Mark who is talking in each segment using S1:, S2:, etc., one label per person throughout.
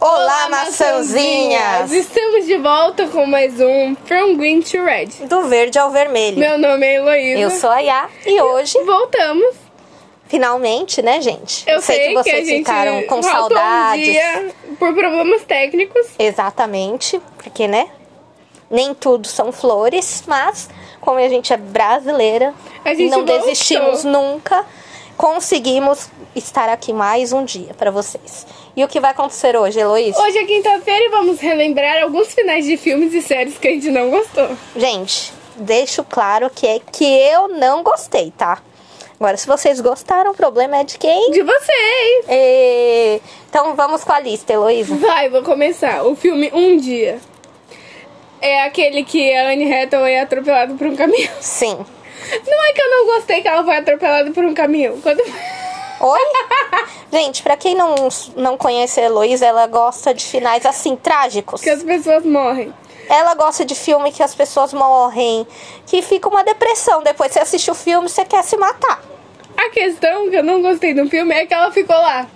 S1: Olá, maçãzinhas!
S2: Estamos de volta com mais um From Green to Red.
S1: Do verde ao vermelho.
S2: Meu nome é Heloísa.
S1: Eu sou a Yá e hoje,
S2: Voltamos.
S1: finalmente, né, gente?
S2: Eu sei,
S1: que
S2: a
S1: vocês
S2: gente
S1: ficaram com
S2: faltou
S1: saudades.
S2: Um dia por problemas técnicos.
S1: Exatamente, porque, né? Nem tudo são flores, mas como a gente é brasileira
S2: A
S1: e
S2: gente
S1: não
S2: voltou.
S1: desistimos nunca, conseguimos estar aqui mais um dia pra vocês. E o que vai acontecer hoje, Heloísa?
S2: Hoje é quinta-feira e vamos relembrar alguns finais de filmes e séries que a gente não gostou.
S1: Gente, deixo claro que é que eu não gostei, tá? Agora, se vocês gostaram, o problema é de quem?
S2: De vocês!
S1: É, Então vamos com a lista, Heloísa.
S2: Vai, vou começar. O filme Um Dia. É aquele que a Anne Hathaway é atropelada por um caminhão.
S1: Sim.
S2: Não é que eu não gostei que ela foi atropelada por um caminhão. Quando...
S1: Oi? Gente, pra quem não, não conhece a Heloísa, ela gosta de finais assim, trágicos.
S2: que as pessoas morrem.
S1: Ela gosta de filme que as pessoas morrem, que fica uma depressão. Depois você assiste o filme, você quer se matar.
S2: A questão que eu não gostei do filme é que ela ficou lá.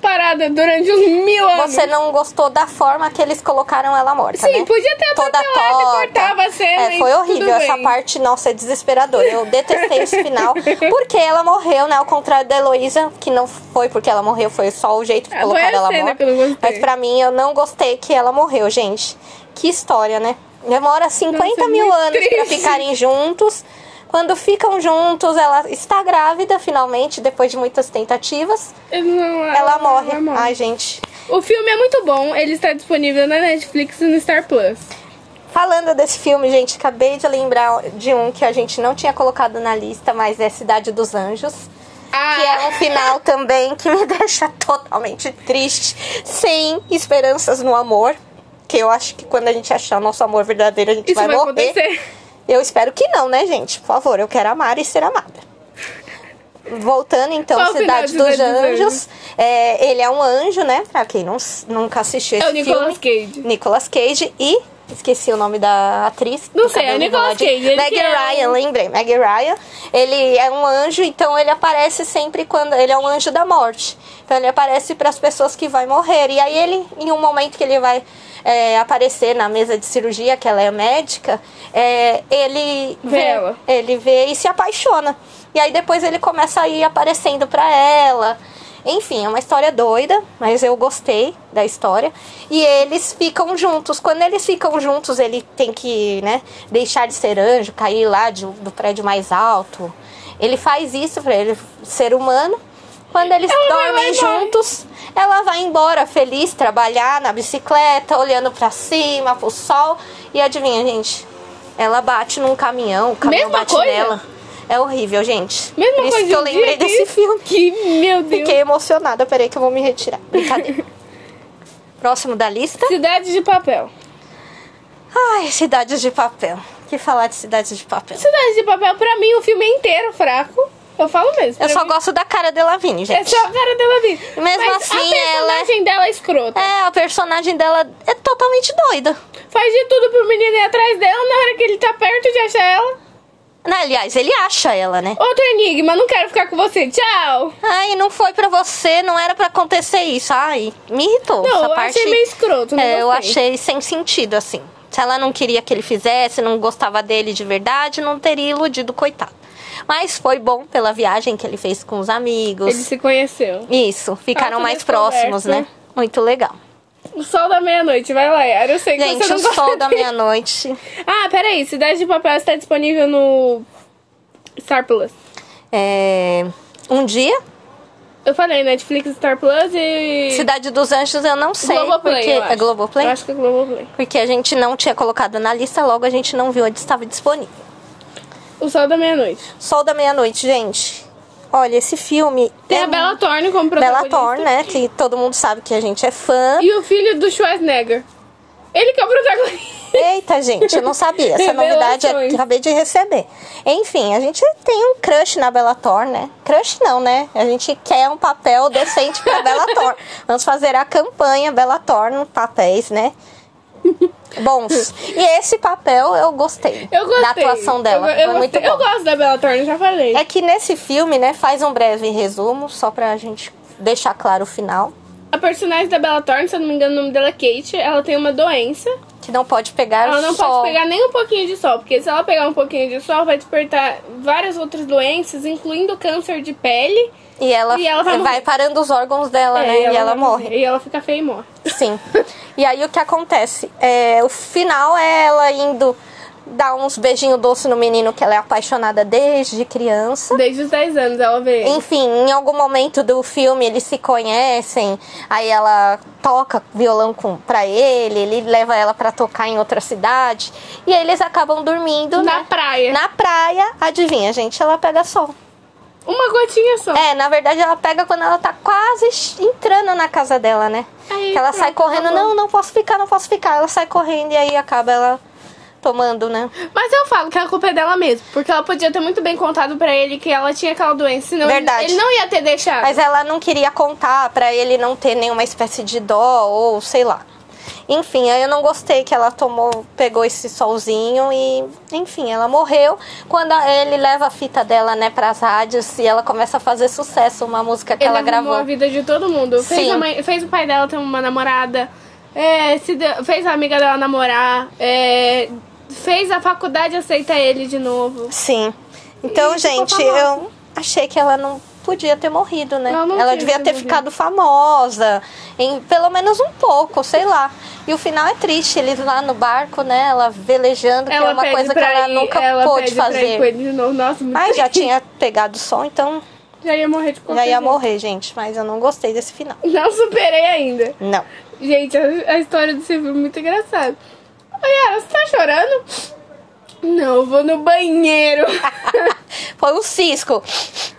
S2: Parada durante uns mil anos.
S1: Você não gostou da forma que eles colocaram ela morta,
S2: Sim,
S1: é né?
S2: podia ter né?
S1: Toda
S2: atropelado e
S1: torta.
S2: cortava a cena
S1: É,
S2: e
S1: foi
S2: tudo
S1: horrível essa
S2: bem.
S1: parte, nossa, é desesperadora. Eu detestei esse final, porque ela morreu, né? Ao contrário da Heloísa, que não foi porque ela morreu, foi só o jeito que
S2: Ah,
S1: colocaram
S2: foi a
S1: ela
S2: cena
S1: morta.
S2: que eu não gostei.
S1: Mas pra mim, eu não gostei que ela morreu, gente. Que história, né? Demora 50
S2: Nossa, é
S1: mil
S2: muito
S1: anos pra
S2: triste.
S1: ficarem juntos. Quando ficam juntos, ela está grávida finalmente, depois de muitas tentativas.
S2: Eu não-
S1: Ela morre.
S2: ela morre.
S1: Ai, gente,
S2: O filme é muito bom, ele está disponível na Netflix e no Star Plus.
S1: Falando desse filme, gente, acabei de lembrar de um que a gente não tinha colocado na lista, mas é Cidade dos Anjos.
S2: Ah,
S1: Que é um final também que me deixa totalmente triste, sem esperanças no amor. Que eu acho que quando a gente achar o nosso amor verdadeiro, a gente
S2: isso vai,
S1: morrer.
S2: acontecer.
S1: Eu espero que não, né, gente? Por favor, eu quero amar e ser amada. Voltando então à
S2: Qual o final
S1: Cidade
S2: de
S1: dos
S2: Cidade dos
S1: Anjos, é, ele é um anjo, né? Pra quem não, nunca assistiu esse
S2: É o
S1: filme.
S2: Nicolas Cage.
S1: Nicolas Cage e esqueci o nome da atriz.
S2: Não
S1: do
S2: sei, é
S1: cabelo
S2: Nicolas
S1: bigode.
S2: Cage, ele
S1: Meg
S2: que é
S1: Ryan,
S2: um-
S1: lembrei. Meg Ryan. Ele é um anjo, então ele aparece sempre quando ele é um anjo da morte. Então ele aparece para as pessoas que vão morrer. E aí ele, em um momento que ele vai é, aparecer na mesa de cirurgia, que ela é médica, é, ele
S2: Vê ela.
S1: ele vê e se apaixona. E aí depois ele começa a ir aparecendo pra ela. Enfim, é uma história doida, mas eu gostei da história. E eles ficam juntos. Quando eles ficam juntos, ele tem que, né, deixar de ser anjo, cair lá de- um, do prédio mais alto. Ele faz isso pra ele ser humano. Quando eles dormem juntos, ela vai embora feliz, trabalhar na bicicleta, olhando pra cima, pro sol. E adivinha, gente? Ela bate num caminhão, o caminhão
S2: Mesma
S1: bate
S2: coisa?
S1: nela. É horrível, gente.
S2: Mesma
S1: Por isso
S2: coisa
S1: que eu
S2: de um
S1: lembrei
S2: dia
S1: desse
S2: que-
S1: filme.
S2: Que, meu Deus.
S1: Fiquei emocionada, peraí que eu vou me retirar. Brincadeira. Próximo da lista.
S2: Cidade de Papel.
S1: Ai, Cidades de Papel. Que falar de Cidades de Papel?
S2: Cidade de Papel, pra mim, o filme é inteiro fraco. Eu falo mesmo.
S1: Eu
S2: pra
S1: só
S2: mim,
S1: gosto da cara de Lavigne, gente.
S2: É só a cara dela vir.
S1: Mesmo
S2: Mas
S1: assim,
S2: a personagem dela é escrota.
S1: É, a personagem dela é totalmente doida.
S2: Faz de tudo pro menino ir atrás dela na hora que ele tá perto de achar ela.
S1: Não, Né, Aliás, ele acha ela, né?
S2: Outro enigma, não quero ficar com você, tchau.
S1: Ai, não foi pra você, não era pra acontecer isso. Ai, me irritou
S2: Não,
S1: essa
S2: eu
S1: parte.
S2: achei meio escroto, não
S1: É, eu
S2: gostei.
S1: achei sem sentido, assim. Se ela não queria que ele fizesse, não gostava dele de verdade, não teria iludido, coitado. Mas foi bom pela viagem que ele fez com os amigos.
S2: Ele se conheceu.
S1: Isso, ficaram
S2: Alto
S1: mais
S2: descoberto.
S1: próximos, né? Muito legal.
S2: O sol da meia-noite, vai lá, Yara. Eu sei que
S1: Gente,
S2: você
S1: o
S2: não gosta
S1: sol da
S2: dele.
S1: meia-noite.
S2: Ah, peraí, Cidade de Papel está disponível no Star Plus.
S1: É, Um dia,
S2: Eu falei, Netflix, Star Plus e...
S1: Cidade dos Anjos, eu não sei.
S2: Globoplay,
S1: porque...
S2: eu acho.
S1: É Globoplay?
S2: Eu acho que é Globoplay.
S1: Porque a gente não tinha colocado na lista, logo a gente não viu onde estava disponível.
S2: O Sol da Meia-Noite.
S1: Sol da Meia-Noite, gente. Olha, esse filme.
S2: Tem
S1: é
S2: a Bella Thorne como protagonista.
S1: Bella Thorne, né? Que todo mundo sabe que a gente é fã.
S2: E o filho do Schwarzenegger. Ele que é o protagonista.
S1: Eita, gente, eu não sabia. Essa novidade eu
S2: Revelações.
S1: acabei de receber. Enfim, a gente tem um crush na Bella Thorne, né? Crush não, né? A gente quer um papel decente pra Bella Thorne. Vamos fazer a campanha Bella Thorne papéis, né? Bons. E esse papel eu gostei.
S2: Eu gostei.
S1: Da atuação dela.
S2: Eu, eu
S1: Foi muito
S2: gostei.
S1: bom.
S2: Eu gosto da Bella Thorne, já falei.
S1: É que nesse filme, né, faz um breve resumo, só pra gente deixar claro o final.
S2: A personagem da Bella Thorne, se eu não me engano o nome dela é Kate, ela tem uma doença.
S1: Que não pode pegar
S2: Ela não
S1: É sol.
S2: pode pegar nem um pouquinho de sol, porque se ela pegar um pouquinho de sol, vai despertar várias outras doenças, incluindo câncer de pele.
S1: E ela,
S2: E ela vai
S1: vai,
S2: morrer.
S1: parando os órgãos dela,
S2: É,
S1: né? E ela,
S2: vai
S1: morre.
S2: morrer. E ela fica feia e morre.
S1: Sim. E aí o que acontece? É, o final é ela indo dar uns beijinhos doce no menino que ela é apaixonada desde criança.
S2: Desde os 10 anos ela vê. ele.
S1: Enfim, em algum momento do filme eles se conhecem, aí ela toca violão com, pra ele, ele leva ela pra tocar em outra cidade, e aí eles acabam dormindo
S2: Na
S1: né?
S2: praia.
S1: Na praia, adivinha, gente, ela pega sol.
S2: Uma gotinha só.
S1: É, na verdade ela pega quando ela tá quase ch- entrando na casa dela, né?
S2: Aí,
S1: que ela
S2: pronto,
S1: sai correndo,
S2: acabou.
S1: não, não posso ficar, não posso ficar. Ela sai correndo e aí acaba ela tomando, né?
S2: Mas eu falo que a culpa é dela mesmo, porque ela podia ter muito bem contado pra ele que ela tinha aquela doença, senão ele-
S1: Verdade.
S2: ele não ia ter deixado.
S1: Mas ela não queria contar pra ele não ter nenhuma espécie de dó ou sei lá. Enfim, aí eu não gostei que ela tomou, pegou esse solzinho e, enfim, ela morreu. Quando a- ele leva a fita dela, né, pras rádios e ela começa a fazer sucesso, uma música que
S2: ele
S1: ela
S2: arrumou a
S1: gravou.
S2: vida de todo mundo. Fez,
S1: Sim.
S2: a mãe- fez o pai dela ter uma namorada, é, se deu- fez a amiga dela namorar, é, fez a faculdade aceitar ele de novo.
S1: Sim. Então,
S2: E ficou
S1: gente,
S2: famosa.
S1: eu achei que ela não podia ter morrido, né?
S2: Ela não
S1: ela
S2: tinha
S1: devia
S2: que
S1: ter
S2: ter
S1: ficado famosa, em pelo menos um pouco, sei lá. E o final é triste, eles lá no barco, né? Ela velejando, que é uma
S2: pede
S1: coisa que
S2: pra
S1: ela
S2: ir-
S1: nunca
S2: ela
S1: pôde
S2: pede pra ir com
S1: fazer.
S2: ele de novo. Nossa, muito
S1: Mas já
S2: triste.
S1: tinha pegado o som, então
S2: Já ia morrer de qualquer
S1: já ia
S2: jeito.
S1: morrer, gente. Mas eu não gostei desse final.
S2: Não superei ainda.
S1: Não.
S2: Gente, a, a história desse filme é muito engraçada. Ô, Yara, você tá chorando? Não, eu vou no banheiro.
S1: Foi um cisco.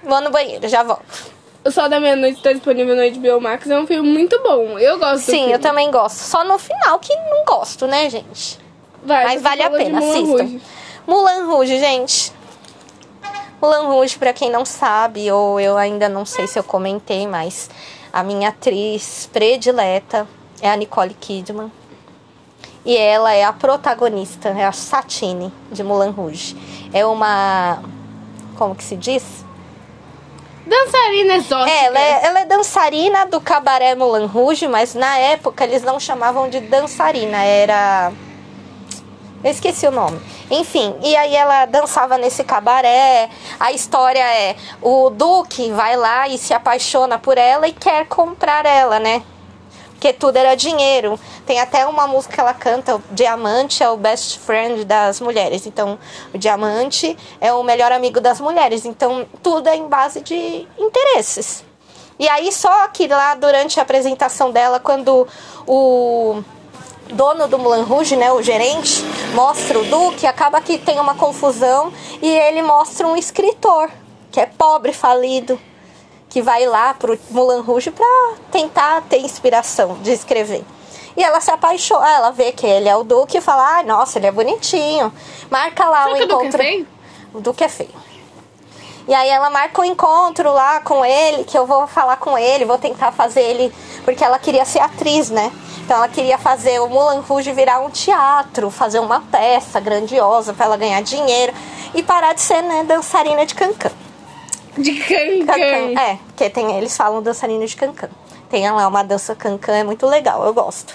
S1: Vou no banheiro, já volto.
S2: o Sol da Meia-Noite tá disponível no HBO Max. É um filme muito bom. Eu gosto
S1: Sim,
S2: do filme.
S1: eu também gosto. Só no final que não gosto, né, gente?
S2: Vai,
S1: Mas
S2: você
S1: vale a
S2: falou de
S1: pena,
S2: Moulin
S1: assistam.
S2: Rouge.
S1: Mulan Rouge, gente. Mulan Rouge, pra quem não sabe, ou eu ainda não sei se eu comentei, mas a minha atriz predileta é a Nicole Kidman. E ela é a protagonista, é a Satine de Mulan Rouge. É uma. Como que se diz?
S2: Dançarina exótica.
S1: É, ela, é, ela é dançarina do cabaré Moulin Rouge, mas na época eles não chamavam de dançarina, era. Eu esqueci o nome. Enfim, e aí ela dançava nesse cabaré. A história é: o Duque vai lá e se apaixona por ela e quer comprar ela, né? Porque tudo era dinheiro. Tem até uma música que ela canta: o diamante é o best friend das mulheres. Então, o diamante é o melhor amigo das mulheres. Então, tudo é em base de interesses. E aí, só que lá durante a apresentação dela, quando o dono do Moulin Rouge, né, o gerente, mostra o Duque, acaba que tem uma confusão e ele mostra um escritor que é pobre, falido, que vai lá pro Moulin Rouge pra tentar ter inspiração de escrever. E ela se apaixona, ela vê que ele é o Duque e fala: "Ah, nossa, ele é bonitinho". Marca lá
S2: Será
S1: o
S2: que o Duque é
S1: encontro.
S2: feio?
S1: O Duque é feio. E aí ela marca um encontro lá com ele, que eu vou falar com ele, vou tentar fazer ele, porque ela queria ser atriz, né? Então ela queria fazer o Mulan Rouge virar um teatro, fazer uma peça grandiosa pra ela ganhar dinheiro e parar de ser, né, dançarina de cancã.
S2: De cancan.
S1: Cancã, é, porque tem, eles falam dançarina de cancã. Tem lá uma dança cancã, é muito legal, eu gosto.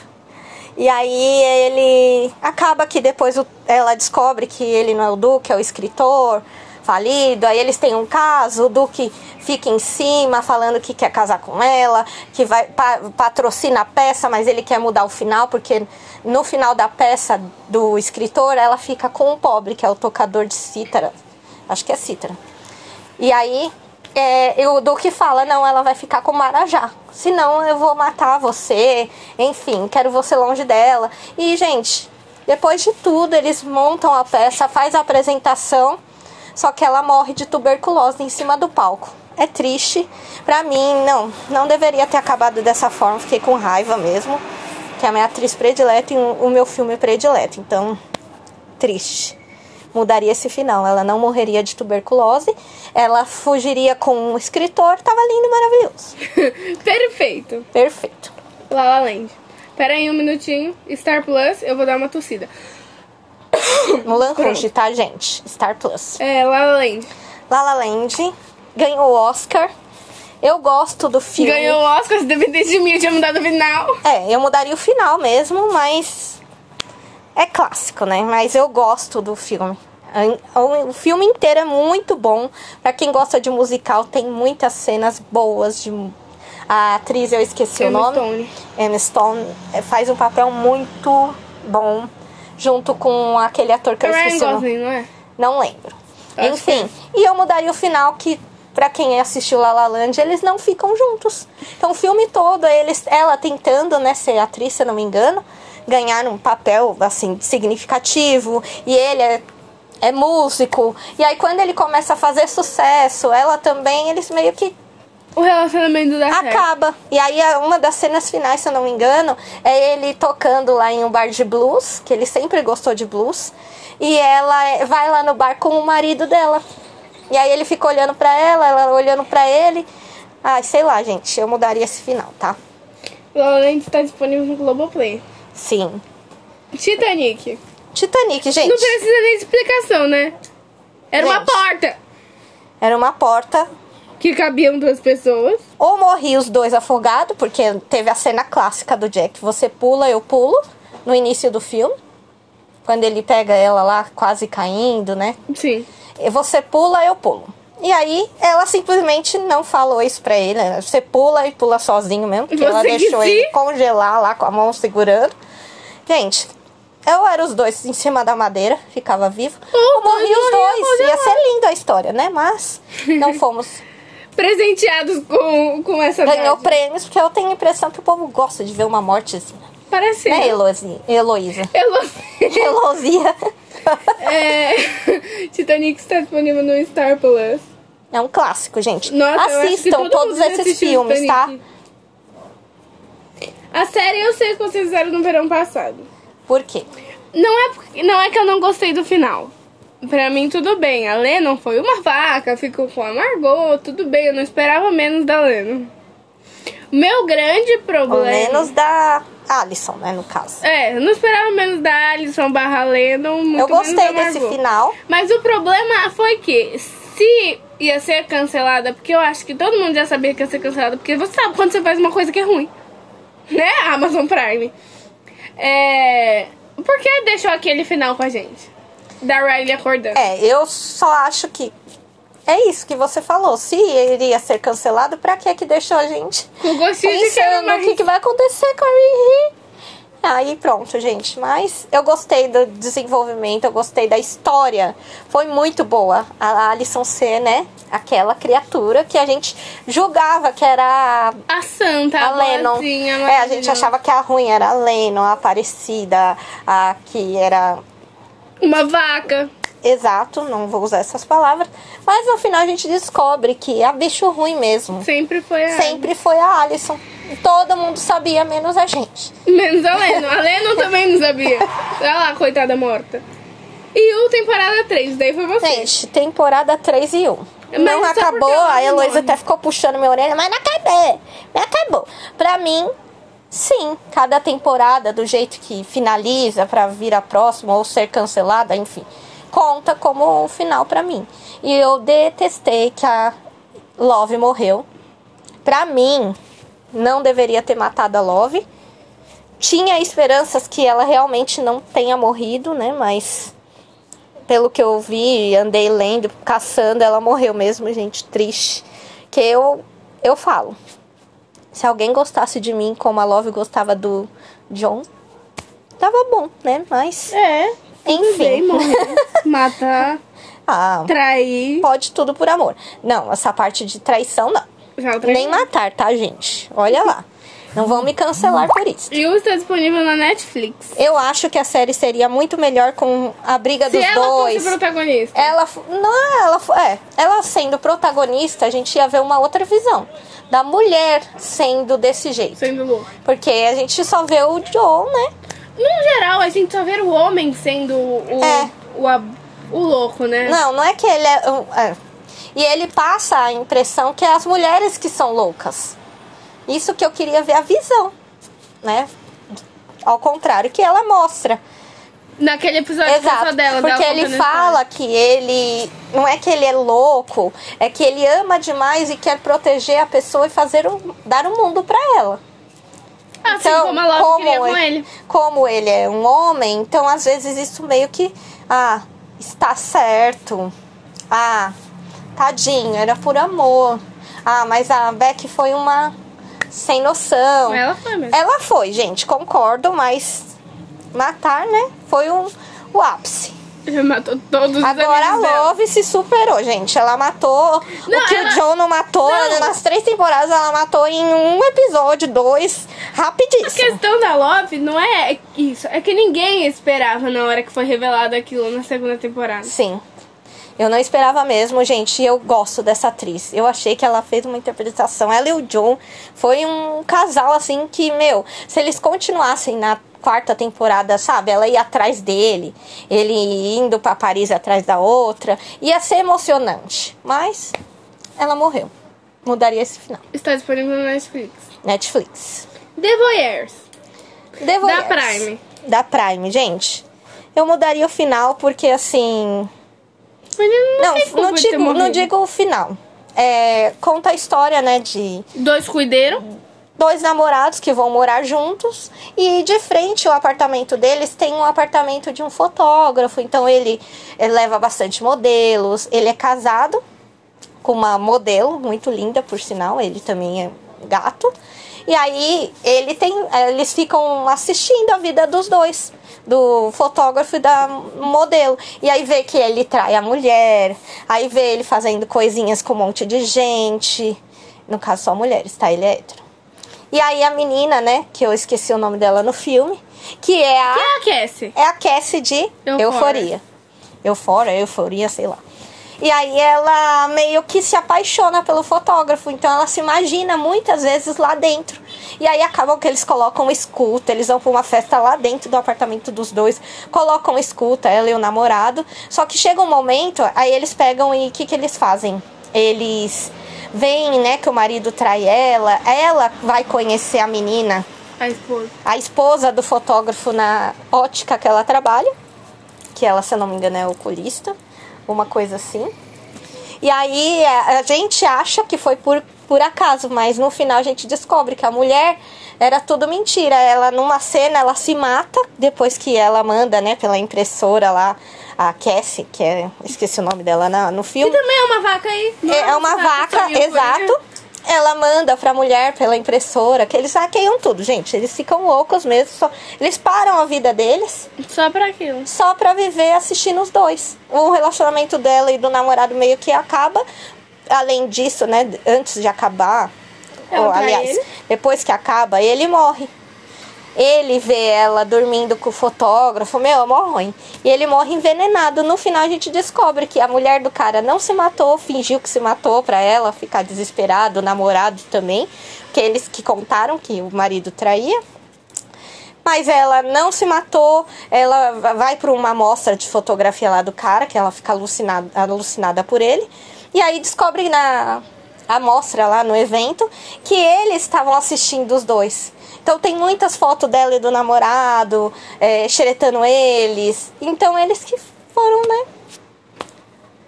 S1: E aí ele acaba que depois o- ela descobre que ele não é o Duque, é o escritor falido. Aí eles têm um caso, o Duque fica em cima falando que quer casar com ela, que vai pa- patrocina a peça, mas ele quer mudar o final porque no final da peça do escritor ela fica com o pobre, que é o tocador de cítara. Acho que é cítara. E aí, é, eu- o Duque fala, não, ela vai ficar com o Marajá. Senão eu vou matar você. Enfim, quero você longe dela. E, gente, depois de tudo, eles montam a peça, faz a apresentação. Só que ela morre de tuberculose em cima do palco. É triste. Pra mim, não. Não deveria ter acabado dessa forma. Fiquei com raiva mesmo. Que é a minha atriz predileta e o o meu filme predileto. Então, triste. Mudaria esse final. Ela não morreria de tuberculose, ela fugiria com um escritor, tava lindo e maravilhoso.
S2: Perfeito.
S1: Perfeito.
S2: La La Land. Pera aí um minutinho. Star Plus, eu vou dar uma tossida.
S1: Mulan Rouge, tá, gente? Star Plus.
S2: É, La La Land.
S1: La La Land ganhou o Oscar. Eu gosto do filme.
S2: Ganhou o Oscar, se dependesse de mim, eu tinha mudado o final.
S1: É, eu mudaria o final mesmo, mas. É clássico, né? Mas eu gosto do filme. A- O filme inteiro é muito bom. Pra quem gosta de musical, tem muitas cenas boas de. A atriz, eu esqueci
S2: Emma
S1: o nome.
S2: Stone.
S1: Emma Stone eh, faz um papel muito bom junto com aquele ator que eu
S2: Ryan
S1: esqueci. o nome.
S2: Gosling, não é?
S1: Não lembro.
S2: Acho
S1: Enfim, e eu mudaria o final que pra quem assistiu La La Land, eles não ficam juntos. Então o filme todo, eles, ela tentando, né, ser atriz, se eu não me engano, ganhar um papel assim significativo, e ele é é músico. E aí quando ele começa a fazer sucesso, ela também, eles meio que
S2: O relacionamento
S1: Ah,
S2: da série.
S1: acaba. E aí a- uma das cenas finais, se eu não me engano, é ele tocando lá em um bar de blues, que ele sempre gostou de blues, e ela é- vai lá no bar com o marido dela. E aí ele fica olhando pra ela, ela olhando pra ele. Ai, sei lá, gente, eu mudaria esse final, tá?
S2: La La Land está disponível no Globoplay.
S1: Sim.
S2: Titanic.
S1: Titanic, gente.
S2: Não precisa nem de explicação, né? Era uma
S1: Gente.
S2: porta
S1: Era uma porta.
S2: que cabiam duas pessoas.
S1: Ou morri os dois afogados, porque teve a cena clássica do Jack. Você pula, eu pulo, no início do filme. Quando ele pega ela lá, quase caindo, né?
S2: Sim.
S1: Você pula, eu pulo. E aí, ela simplesmente não falou isso pra ele. né? Você pula e pula sozinho mesmo. Porque ela
S2: Você que
S1: deixou
S2: se-
S1: ele congelar lá com a mão segurando. Gente, eu era os dois em cima da madeira, ficava vivo.
S2: Ou
S1: Ou morri
S2: dois
S1: os
S2: morriam
S1: dois. Ia ser linda a história, né? Mas não fomos.
S2: Presenteados com, com essa
S1: Ganhou
S2: verdade.
S1: prêmios, porque eu tenho a impressão que o povo gosta de ver uma mortezinha.
S2: Parece.
S1: Né, Heloísa? Heloísa.
S2: Elo-
S1: Heloísa.
S2: É, Titanic está disponível no Star Plus.
S1: É um clássico, gente.
S2: Nossa, eu acho que
S1: Assistam
S2: todo
S1: todos
S2: mundo já
S1: esses
S2: assistiu
S1: filmes, tá?
S2: Titanic. A série eu sei que vocês fizeram no verão passado.
S1: Por quê?
S2: Não é, porque- não é que eu não gostei do final. Pra mim, tudo bem. A Lennon foi uma vaca, ficou com a Margot, tudo bem. Eu não esperava menos da Lennon. Meu grande
S1: Ou
S2: problema...
S1: menos da Alison, né, no caso.
S2: É, eu não esperava menos da Alison barra Lennon, muito
S1: eu gostei
S2: menos da
S1: desse
S2: Margot.
S1: final.
S2: Mas o problema foi que se ia ser cancelada, porque eu acho que todo mundo já sabia que ia ser cancelada, porque você sabe quando você faz uma coisa que é ruim. Né, Amazon Prime? É. Por que deixou aquele final com a gente? Da Riley acordando.
S1: É, eu só acho que é isso que você falou. Se iria ser cancelado, pra que que deixou a gente
S2: Com o gostinho de quero
S1: pensando o
S2: mais.
S1: que, que vai acontecer com a Riri? Aí pronto, gente. Mas eu gostei do desenvolvimento, eu gostei da história. Foi muito boa. A Alison C, né? Aquela criatura que a gente julgava que era a
S2: A Santa,
S1: a
S2: a,
S1: Lennon.
S2: boazinha,
S1: É, a gente
S2: maravilhosa.
S1: achava que a ruim era a Lennon, a Aparecida, a que era.
S2: Uma vaca.
S1: Exato, não vou usar essas palavras. Mas no final a gente descobre que a bicho ruim mesmo.
S2: Sempre foi a.
S1: Sempre foi a Alison. Todo mundo sabia, menos a gente.
S2: Menos a Lennon. A Lennon também não sabia. Olha lá, coitada morta. E o temporada 3, daí foi você.
S1: Gente, temporada 3 e 1.
S2: Mas
S1: não
S2: só porque
S1: acabou,
S2: ela
S1: a
S2: é
S1: Heloísa
S2: enorme.
S1: até ficou puxando minha orelha, mas não acabou, não acabou. Pra mim, sim, cada temporada, do jeito que finaliza pra vir a próxima ou ser cancelada, enfim, conta como um final pra mim. E eu detestei que a Love morreu. Pra mim, não deveria ter matado a Love. Tinha esperanças que ela realmente não tenha morrido, né? Mas pelo que eu vi, andei lendo, caçando, ela morreu mesmo, gente, triste. Que eu eu falo. Se alguém gostasse de mim como a Love gostava do John, tava bom, né? Mas
S2: É.
S1: enfim.
S2: Bem, morrer, matar,
S1: Ah,
S2: trair.
S1: pode tudo por amor. Não, essa parte de traição não.
S2: Já o traí.
S1: Nem matar, tá, gente? Olha lá. Não vão me cancelar por isso.
S2: E o está disponível na Netflix.
S1: Eu acho que a série seria muito melhor com a briga
S2: Se
S1: dos
S2: ela
S1: dois. É.
S2: fosse protagonista.
S1: Ela. fo- Não, ela. fo- É, ela sendo protagonista, a gente ia ver uma outra visão. Da mulher sendo desse jeito.
S2: Sendo louco.
S1: Porque a gente só vê o John, né?
S2: No geral, a gente só vê o homem sendo o,
S1: É.
S2: o, ab- o louco, né?
S1: Não, não é que ele é, um- é. E ele passa a impressão que é as mulheres que são loucas. Isso que eu queria ver a visão, né? Ao contrário que ela mostra.
S2: Naquele episódio que foi
S1: Exato.
S2: só dela.
S1: Porque
S2: dela
S1: ele
S2: contando a
S1: fala que ele. Não é que ele é louco, é que ele ama demais e quer proteger a pessoa e fazer um, dar um mundo pra ela.
S2: história. Assim como a Love queria com ele.
S1: como então, ele é um homem, então às vezes isso meio que. Ah, está certo. Ah, tadinho, era por amor. Ah, mas a Beck foi uma sem noção.
S2: Ela foi mesmo.
S1: Ela foi, gente, concordo, mas matar, né? Foi um, o ápice.
S2: Ele matou todos os
S1: É. Agora a
S2: amigos dela.
S1: Love se superou, gente. Ela matou
S2: Não,
S1: o que
S2: ela-
S1: o John não matou
S2: Não.
S1: nas três temporadas. Ela matou em um episódio, dois,
S2: A
S1: rapidíssimo.
S2: questão da Love não é isso. É que ninguém esperava na hora que foi revelado aquilo na segunda temporada.
S1: Sim. Eu não esperava mesmo, gente. E eu gosto dessa atriz. Eu achei que ela fez uma interpretação. Ela e o John foi um casal assim que, meu, se eles continuassem na quarta temporada, sabe? Ela ia atrás dele, ele indo pra Paris atrás da outra. Ia ser emocionante. Mas ela morreu. Mudaria esse final.
S2: Está disponível na Netflix.
S1: Netflix.
S2: The Voyeurs.
S1: Devo
S2: Da Prime.
S1: Da Prime, gente. Eu mudaria o final porque assim,
S2: Mas ele não,
S1: Não,
S2: tem culpa
S1: não
S2: de ter
S1: digo, não
S2: morrido.
S1: digo o final. É, conta a história, né, de
S2: Dois cuideram.
S1: dois namorados que vão morar juntos e de frente ao apartamento deles tem um apartamento de um fotógrafo. Então ele, eh, leva bastante modelos, ele é casado com uma modelo muito linda, por sinal, ele também é gato. E aí ele tem, eh, eles ficam assistindo a vida dos dois, do fotógrafo e da modelo. E aí vê que ele trai a mulher, aí vê ele fazendo coisinhas com um monte de gente. No caso, só mulheres, tá? Ele é hétero. E aí a menina, né, que eu esqueci o nome dela no filme, que é a
S2: Ah, aquece.
S1: é a Cassie de
S2: Euphoria.
S1: Euforia. Eufora, euforia, sei lá. E aí ela meio que se apaixona pelo fotógrafo, então ela se imagina muitas vezes lá dentro. E aí acabam que eles colocam escuta, eles vão pra uma festa lá dentro do apartamento dos dois, colocam escuta, ela e o namorado. Só que chega um momento, aí eles pegam e o que, que eles fazem? Eles veem, né, que o marido trai ela, ela vai conhecer a menina
S2: A esposa.
S1: a esposa do fotógrafo na ótica que ela trabalha, que ela, se eu não me engano, é oculista, uma coisa assim. E aí é, a a gente acha que foi por, por acaso, mas no final a gente descobre que a mulher era tudo mentira. Ela, numa cena, ela se mata depois que ela manda, né, pela impressora lá, a Cassie, que é, esqueci o nome dela na- no
S2: E
S1: filme.
S2: também é uma vaca aí.
S1: É é uma
S2: Nossa, tá
S1: vaca,
S2: sorriu,
S1: exato.
S2: foi.
S1: Ela manda pra mulher pela impressora, que eles hackeiam tudo, gente. Eles ficam loucos mesmo. só- Eles param a vida deles
S2: Só pra aquilo.
S1: só pra viver assistindo os dois. O relacionamento dela e do namorado meio que acaba. Além disso, né? Antes de acabar,
S2: Ela
S1: ou,
S2: trai
S1: aliás,
S2: ele?
S1: depois que acaba, ele morre. Ele vê ela dormindo com o fotógrafo, meu, é mó ruim. E ele morre envenenado. No final a gente descobre que a mulher do cara não se matou, fingiu que se matou pra ela ficar desesperado, o namorado também, porque eles que contaram que o marido traía. Mas ela não se matou, ela va- vai para uma amostra de fotografia lá do cara, que ela fica alucinada, alucinada por ele. E aí descobre na amostra lá no evento que eles estavam assistindo os dois. Então tem muitas fotos dela e do namorado, é, xeretando eles. Então eles que foram, né?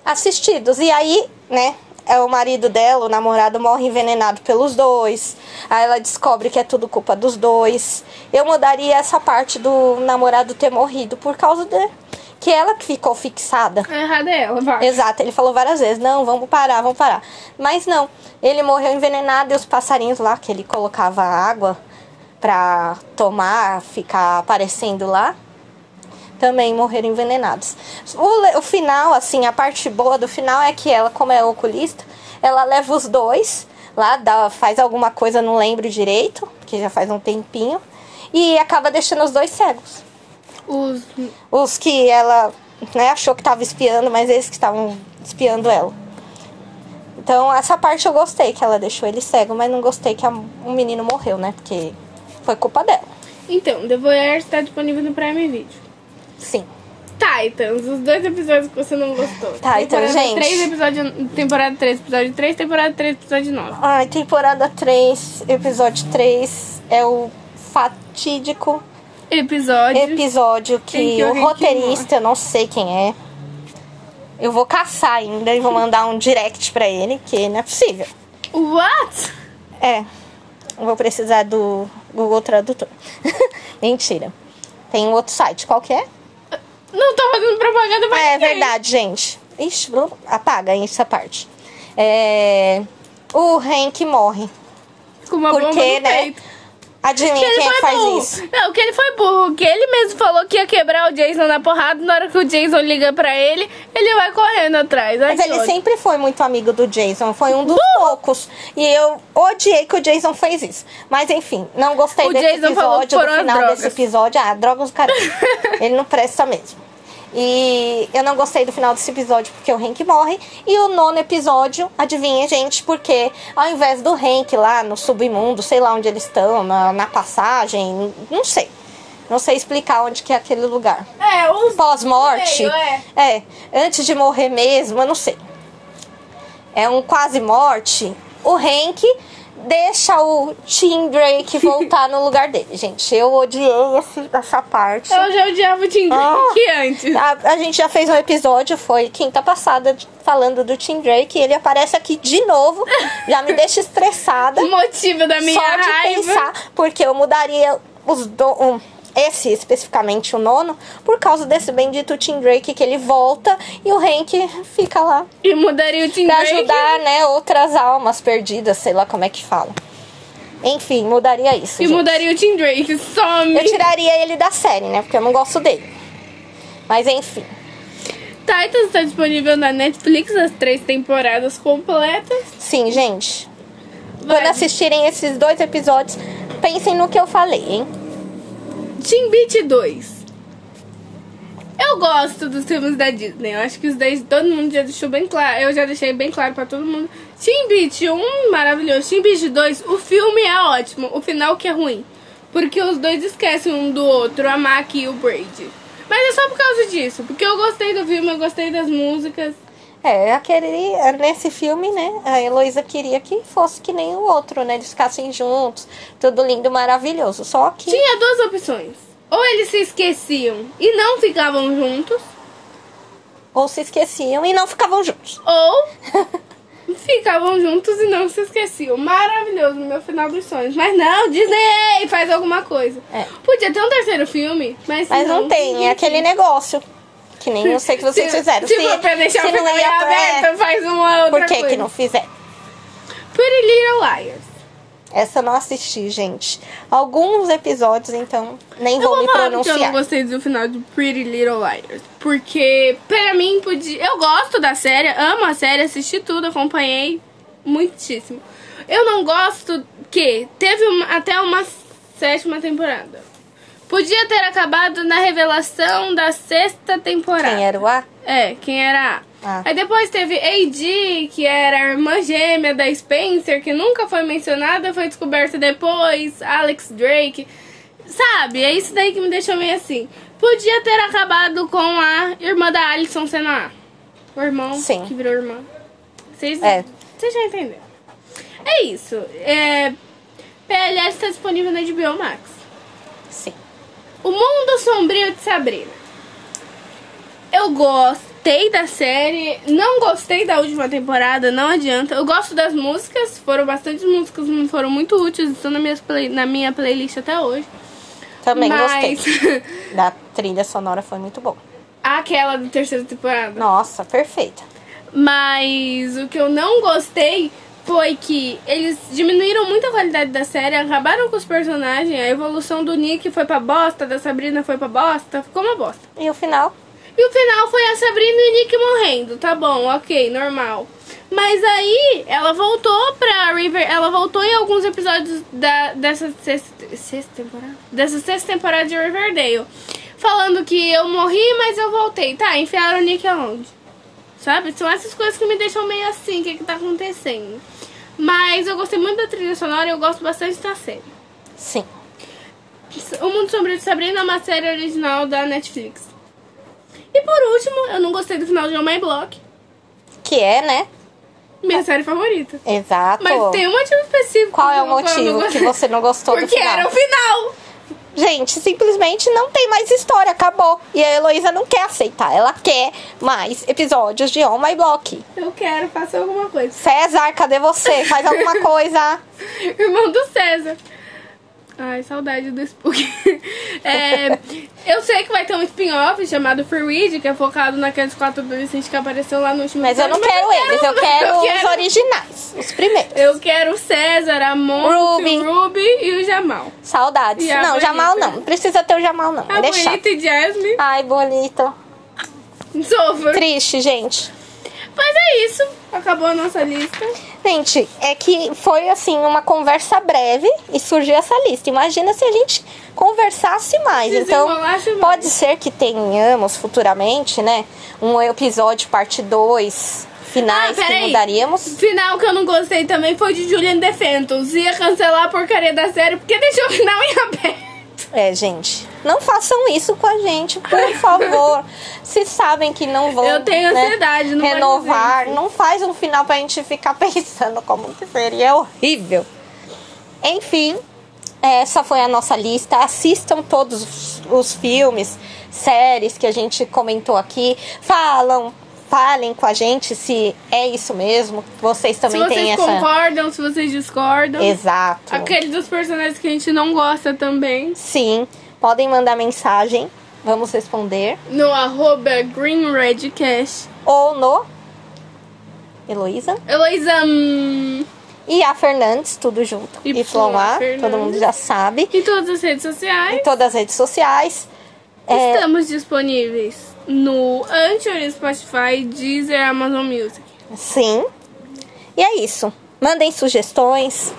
S1: assistidos. E aí, né? É o marido dela, o namorado morre envenenado pelos dois. Aí ela descobre que é tudo culpa dos dois. Eu mudaria essa parte do namorado ter morrido por causa de que ela que ficou fixada.
S2: A errada é ela, vaca.
S1: Exato, ele falou várias vezes, não, vamos parar, vamos parar. Mas não, ele morreu envenenado e os passarinhos lá que ele colocava água pra tomar, ficar aparecendo lá, também morreram envenenados. O, le- o final, assim, a parte boa do final é que ela, como é oculista, ela leva os dois lá, dá, faz alguma coisa, não lembro direito, porque já faz um tempinho, e acaba deixando os dois cegos
S2: Os...
S1: os que ela né, achou que estava espiando, mas eles que estavam espiando ela. Então, essa parte eu gostei, que ela deixou ele cego, mas não gostei que a- o menino morreu, né? Porque foi culpa dela.
S2: Então, The Voyeurs está disponível no Prime Video.
S1: Sim.
S2: Titans, os dois episódios que você não gostou.
S1: Titans,
S2: Temporada
S1: gente.
S2: três, episódio, temporada 3, episódio 3, temporada 3, episódio 9.
S1: Ai, temporada 3, episódio 3 é o fatídico
S2: Episódio.
S1: episódio
S2: Quem
S1: que,
S2: que é o
S1: o
S2: Rick e Morty?
S1: roteirista, eu não sei quem é. Eu vou caçar ainda e vou mandar um direct pra ele, que não é possível.
S2: What?
S1: É. eu Vou precisar do Google Tradutor. Mentira. Tem um outro site, qual que é?
S2: Não tô fazendo propaganda pra
S1: É
S2: ninguém.
S1: verdade, gente. Ixi, blá, blá, apaga essa parte. É, O Hank morre.
S2: Com uma bomba
S1: Porque,
S2: no
S1: né?
S2: peito.
S1: Adivinha
S2: Que ele
S1: quem é que
S2: foi
S1: faz
S2: burro.
S1: isso?
S2: Não, que ele foi burro. Que ele mesmo falou que ia quebrar o Jason na porrada. Na hora que o Jason liga pra ele, ele vai correndo atrás. Ai,
S1: Mas
S2: que
S1: ele
S2: ódio.
S1: sempre foi muito amigo do Jason, foi um dos poucos. E eu odiei que o Jason fez isso. Mas enfim, não gostei
S2: O
S1: desse
S2: Jason falou que
S1: episódio,
S2: foram
S1: do
S2: as
S1: final
S2: drogas.
S1: desse episódio. Ah, drogas do caralho. ele não presta mesmo. E eu não gostei do final desse episódio porque o Hank morre. E o nono episódio, adivinha, gente, porque ao invés do Hank lá no submundo, sei lá onde eles estão, na, na passagem, não sei. Não sei explicar onde que é aquele lugar
S2: É, os...
S1: pós-morte.
S2: Meio, é.
S1: é, antes de morrer mesmo, eu não sei. É um quase morte. O Hank deixa o Tim Drake voltar no lugar dele, gente. Eu odiei esse- essa parte.
S2: Então, Eu já odiava o Tim
S1: Ah.
S2: Drake antes.
S1: A, a gente já fez um episódio, foi quinta passada, de- falando do Tim Drake. E ele aparece aqui de novo. Já me deixa estressada.
S2: O motivo da minha
S1: Só de
S2: raiva.
S1: pensar, porque eu mudaria os do, um, esse especificamente o nono, por causa desse bendito Tim Drake que ele volta e o Hank fica lá
S2: E mudaria o Tim
S1: pra
S2: Drake.
S1: ajudar, né, outras almas perdidas, sei lá como é que fala. Enfim, mudaria isso.
S2: E
S1: gente.
S2: mudaria o Tim Drake. Some.
S1: Eu tiraria ele da série, né, porque eu não gosto dele. Mas enfim,
S2: Titans está disponível na Netflix, as três temporadas completas.
S1: sim, gente.
S2: Vai.
S1: Quando assistirem esses dois episódios, pensem no que eu falei, hein?
S2: Team Beat 2. Eu gosto dos filmes da Disney. Eu acho que os 10 todo mundo já deixou bem claro. Eu já deixei bem claro pra todo mundo. Team Beat 1, maravilhoso. Team Beat 2, o filme é ótimo. O final que é ruim. Porque os dois esquecem um do outro, a Mac e o Brady. Mas é só por causa disso. Porque eu gostei do filme, eu gostei das músicas.
S1: É, eu queria, nesse filme, né? A Heloísa queria que fosse que nem o outro, né? Eles ficassem juntos, tudo lindo, maravilhoso. Só que.
S2: Tinha duas opções. Ou eles se esqueciam e não ficavam juntos,
S1: Ou se esqueciam e não ficavam juntos.
S2: ou ficavam juntos e não se esqueciam. Maravilhoso, meu final dos sonhos. Mas não, Disney faz alguma coisa.
S1: É.
S2: Podia ter um terceiro filme, mas,
S1: Mas não, tem, é aquele negócio. Que nem eu sei que vocês
S2: se,
S1: fizeram.
S2: Se, for pra deixar o
S1: se não
S2: final
S1: ia-
S2: aberto,
S1: é,
S2: faz uma outra
S1: Por que,
S2: coisa.
S1: que não fizeram?
S2: Pretty Little Liars.
S1: Essa eu não assisti, gente. Alguns episódios, então, nem
S2: Eu
S1: vou,
S2: vou
S1: me
S2: falar porque eu não
S1: pronunciar.
S2: gostei do final de Pretty Little Liars. Porque, pra mim, podia... Eu gosto da série, amo a série, assisti tudo, acompanhei muitíssimo. Eu não gosto que teve uma- até uma sétima temporada. Podia ter acabado na revelação da sexta temporada.
S1: Quem era o A?
S2: É, quem era a.
S1: Ah.
S2: Aí depois teve AD, que era a irmã gêmea da Spencer, que nunca foi mencionada, foi descoberta depois. Alex Drake. Sabe, é isso daí que me deixou meio assim. Podia ter acabado com a irmã da Alison sendo a. O irmão
S1: Sim.
S2: que virou irmã. Vocês
S1: É.
S2: vocês já entenderam. É isso. É, PLS está tá disponível na HBO Max.
S1: Sim.
S2: O Mundo Sombrio de Sabrina. Eu gostei da série, não gostei da última temporada, não adianta. Eu gosto das músicas, foram bastantes músicas, foram muito úteis, estão na minha, play- na minha playlist até hoje.
S1: Também
S2: Mas
S1: gostei. Da trilha sonora foi muito boa.
S2: aquela da terceira temporada.
S1: Nossa, perfeita.
S2: Mas o que eu não gostei foi que eles diminuíram muito a qualidade da série, acabaram com os personagens, a evolução do Nick foi pra bosta, da Sabrina foi pra bosta, ficou uma bosta.
S1: E o final?
S2: E o final foi a Sabrina e o Nick morrendo. Tá bom, ok, normal. Mas aí ela voltou pra River. Ela voltou em alguns episódios da, dessa sexta, sexta temporada? Dessa sexta temporada de Riverdale. Falando que eu morri, mas eu voltei. Tá, enfiaram o Nick aonde? Sabe? São essas coisas que me deixam meio assim, o que, que tá acontecendo? Mas eu gostei muito da trilha sonora e eu gosto bastante da série.
S1: Sim.
S2: O Mundo Sombrio de Sabrina é uma série original da Netflix. E por último, eu não gostei do final de On My Block,
S1: Que é, né?
S2: minha série favorita.
S1: Exato.
S2: Mas tem um motivo específico.
S1: Qual é o
S2: pelo qual eu não
S1: motivo que
S2: gostei.
S1: você não gostou
S2: Porque um-
S1: do final?
S2: era o final.
S1: Gente, simplesmente não tem mais história, acabou. E a Heloísa não quer aceitar, ela quer mais episódios de On My Block.
S2: Eu quero, faça alguma coisa.
S1: César, cadê você? Faz alguma coisa.
S2: Irmão do César. Ai, saudade do Spook. É, eu sei que vai ter um spin-off chamado Free Read, que é focado naqueles quatro adolescentes que apareceu lá no último
S1: Mas eu não
S2: episódio,
S1: quero eles, eu quero
S2: eu
S1: os originais, os primeiros.
S2: Eu quero o César, a Monte,
S1: Ruby.
S2: o Ruby e o Jamal.
S1: Saudades.
S2: E a
S1: não,
S2: bonita.
S1: Jamal não. Não precisa ter o Jamal, não.
S2: A
S1: Ele é chato.
S2: Bonita e Jasmine.
S1: Ai, bonito.
S2: Sofro.
S1: Triste, gente.
S2: Mas é isso. Acabou a nossa lista.
S1: Gente, é que foi assim uma conversa breve e surgiu essa lista. Imagina se a gente conversasse mais. Então,
S2: Desenrolasse mais.
S1: pode ser que tenhamos futuramente, né? Um episódio parte 2,
S2: Ah,
S1: finais que
S2: peraí.
S1: mudaríamos.
S2: Final que eu não gostei também foi de Julian Defentos. Ia cancelar a porcaria da série porque deixou o final em aberto.
S1: É, gente, não façam isso com a gente, por favor. Se sabem que não vão
S2: Eu tenho
S1: né,
S2: ansiedade, não vai
S1: renovar,
S2: dizer.
S1: não faz um final pra gente ficar pensando como que seria é horrível. Enfim, essa foi a nossa lista. Assistam todos os, os filmes, séries que a gente comentou aqui. Falam, falem com a gente se é isso mesmo. Vocês
S2: Se
S1: também têm
S2: vocês
S1: essa.
S2: concordam, se vocês discordam.
S1: Exato.
S2: Aquele dos personagens que a gente não gosta também.
S1: Sim, podem mandar mensagem. Vamos responder.
S2: No arroba GreenRedCast.
S1: ou no Heloísa
S2: Heloísa. hum,
S1: e a Fernandes, tudo junto.
S2: Y
S1: E Flomar,
S2: Fernandes.
S1: todo mundo já sabe.
S2: Em todas as redes sociais.
S1: Em todas as redes sociais. É,
S2: Estamos disponíveis no Anchor, Spotify, Deezer, Amazon Music.
S1: sim. E é isso. Mandem sugestões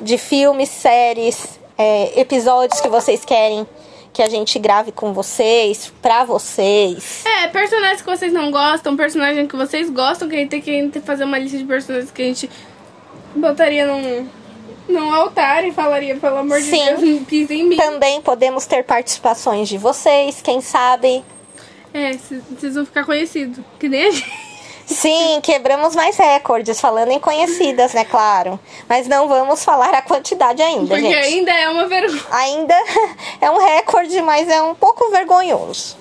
S1: de filmes, séries, é, episódios que vocês querem que a gente grave com vocês, pra vocês.
S2: É, personagens que vocês não gostam, personagem que vocês gostam, que a gente tem que a gente tem que fazer uma lista de personagens que a gente botaria num, num altar e falaria, pelo amor
S1: Sim.
S2: de Deus, pisa em mim.
S1: Também podemos ter participações de vocês, quem sabe. Então-
S2: É, c- vocês vão ficar conhecidos. Que nem a gente.
S1: Sim, quebramos mais recordes, falando em conhecidas, né, claro. Mas não vamos falar a quantidade ainda,
S2: Porque
S1: gente.
S2: ainda é uma vergonha.
S1: Ainda é um recorde, mas é um pouco vergonhoso.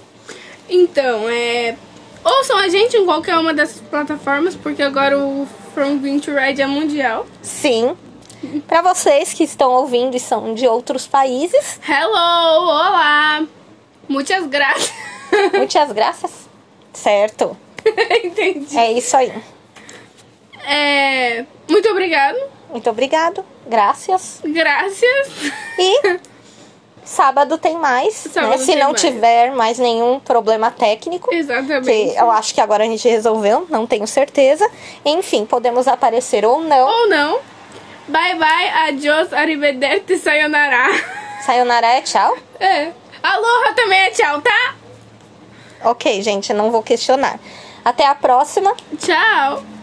S2: Então, é. Ouçam a gente em qualquer uma dessas plataformas, porque agora o From Green to Red é mundial.
S1: Sim. Pra vocês que estão ouvindo e são de outros países,
S2: Hello! Olá! Muitas graças!
S1: muitas graças. Certo.
S2: Entendi.
S1: É isso aí.
S2: É, muito obrigado.
S1: Muito obrigado. Graças.
S2: Graças.
S1: E sábado tem mais,
S2: Sábado
S1: né? Se
S2: tem
S1: não
S2: mais.
S1: tiver mais nenhum problema técnico.
S2: Exatamente.
S1: Que eu acho que agora a gente resolveu, não tenho certeza. Enfim, podemos aparecer ou não.
S2: Ou não. Bye bye, adios, arrivederci, sayonara.
S1: Sayonara é tchau?
S2: É. Aloha também é tchau, tá?
S1: Ok, gente, eu não vou questionar. Até a próxima.
S2: Tchau.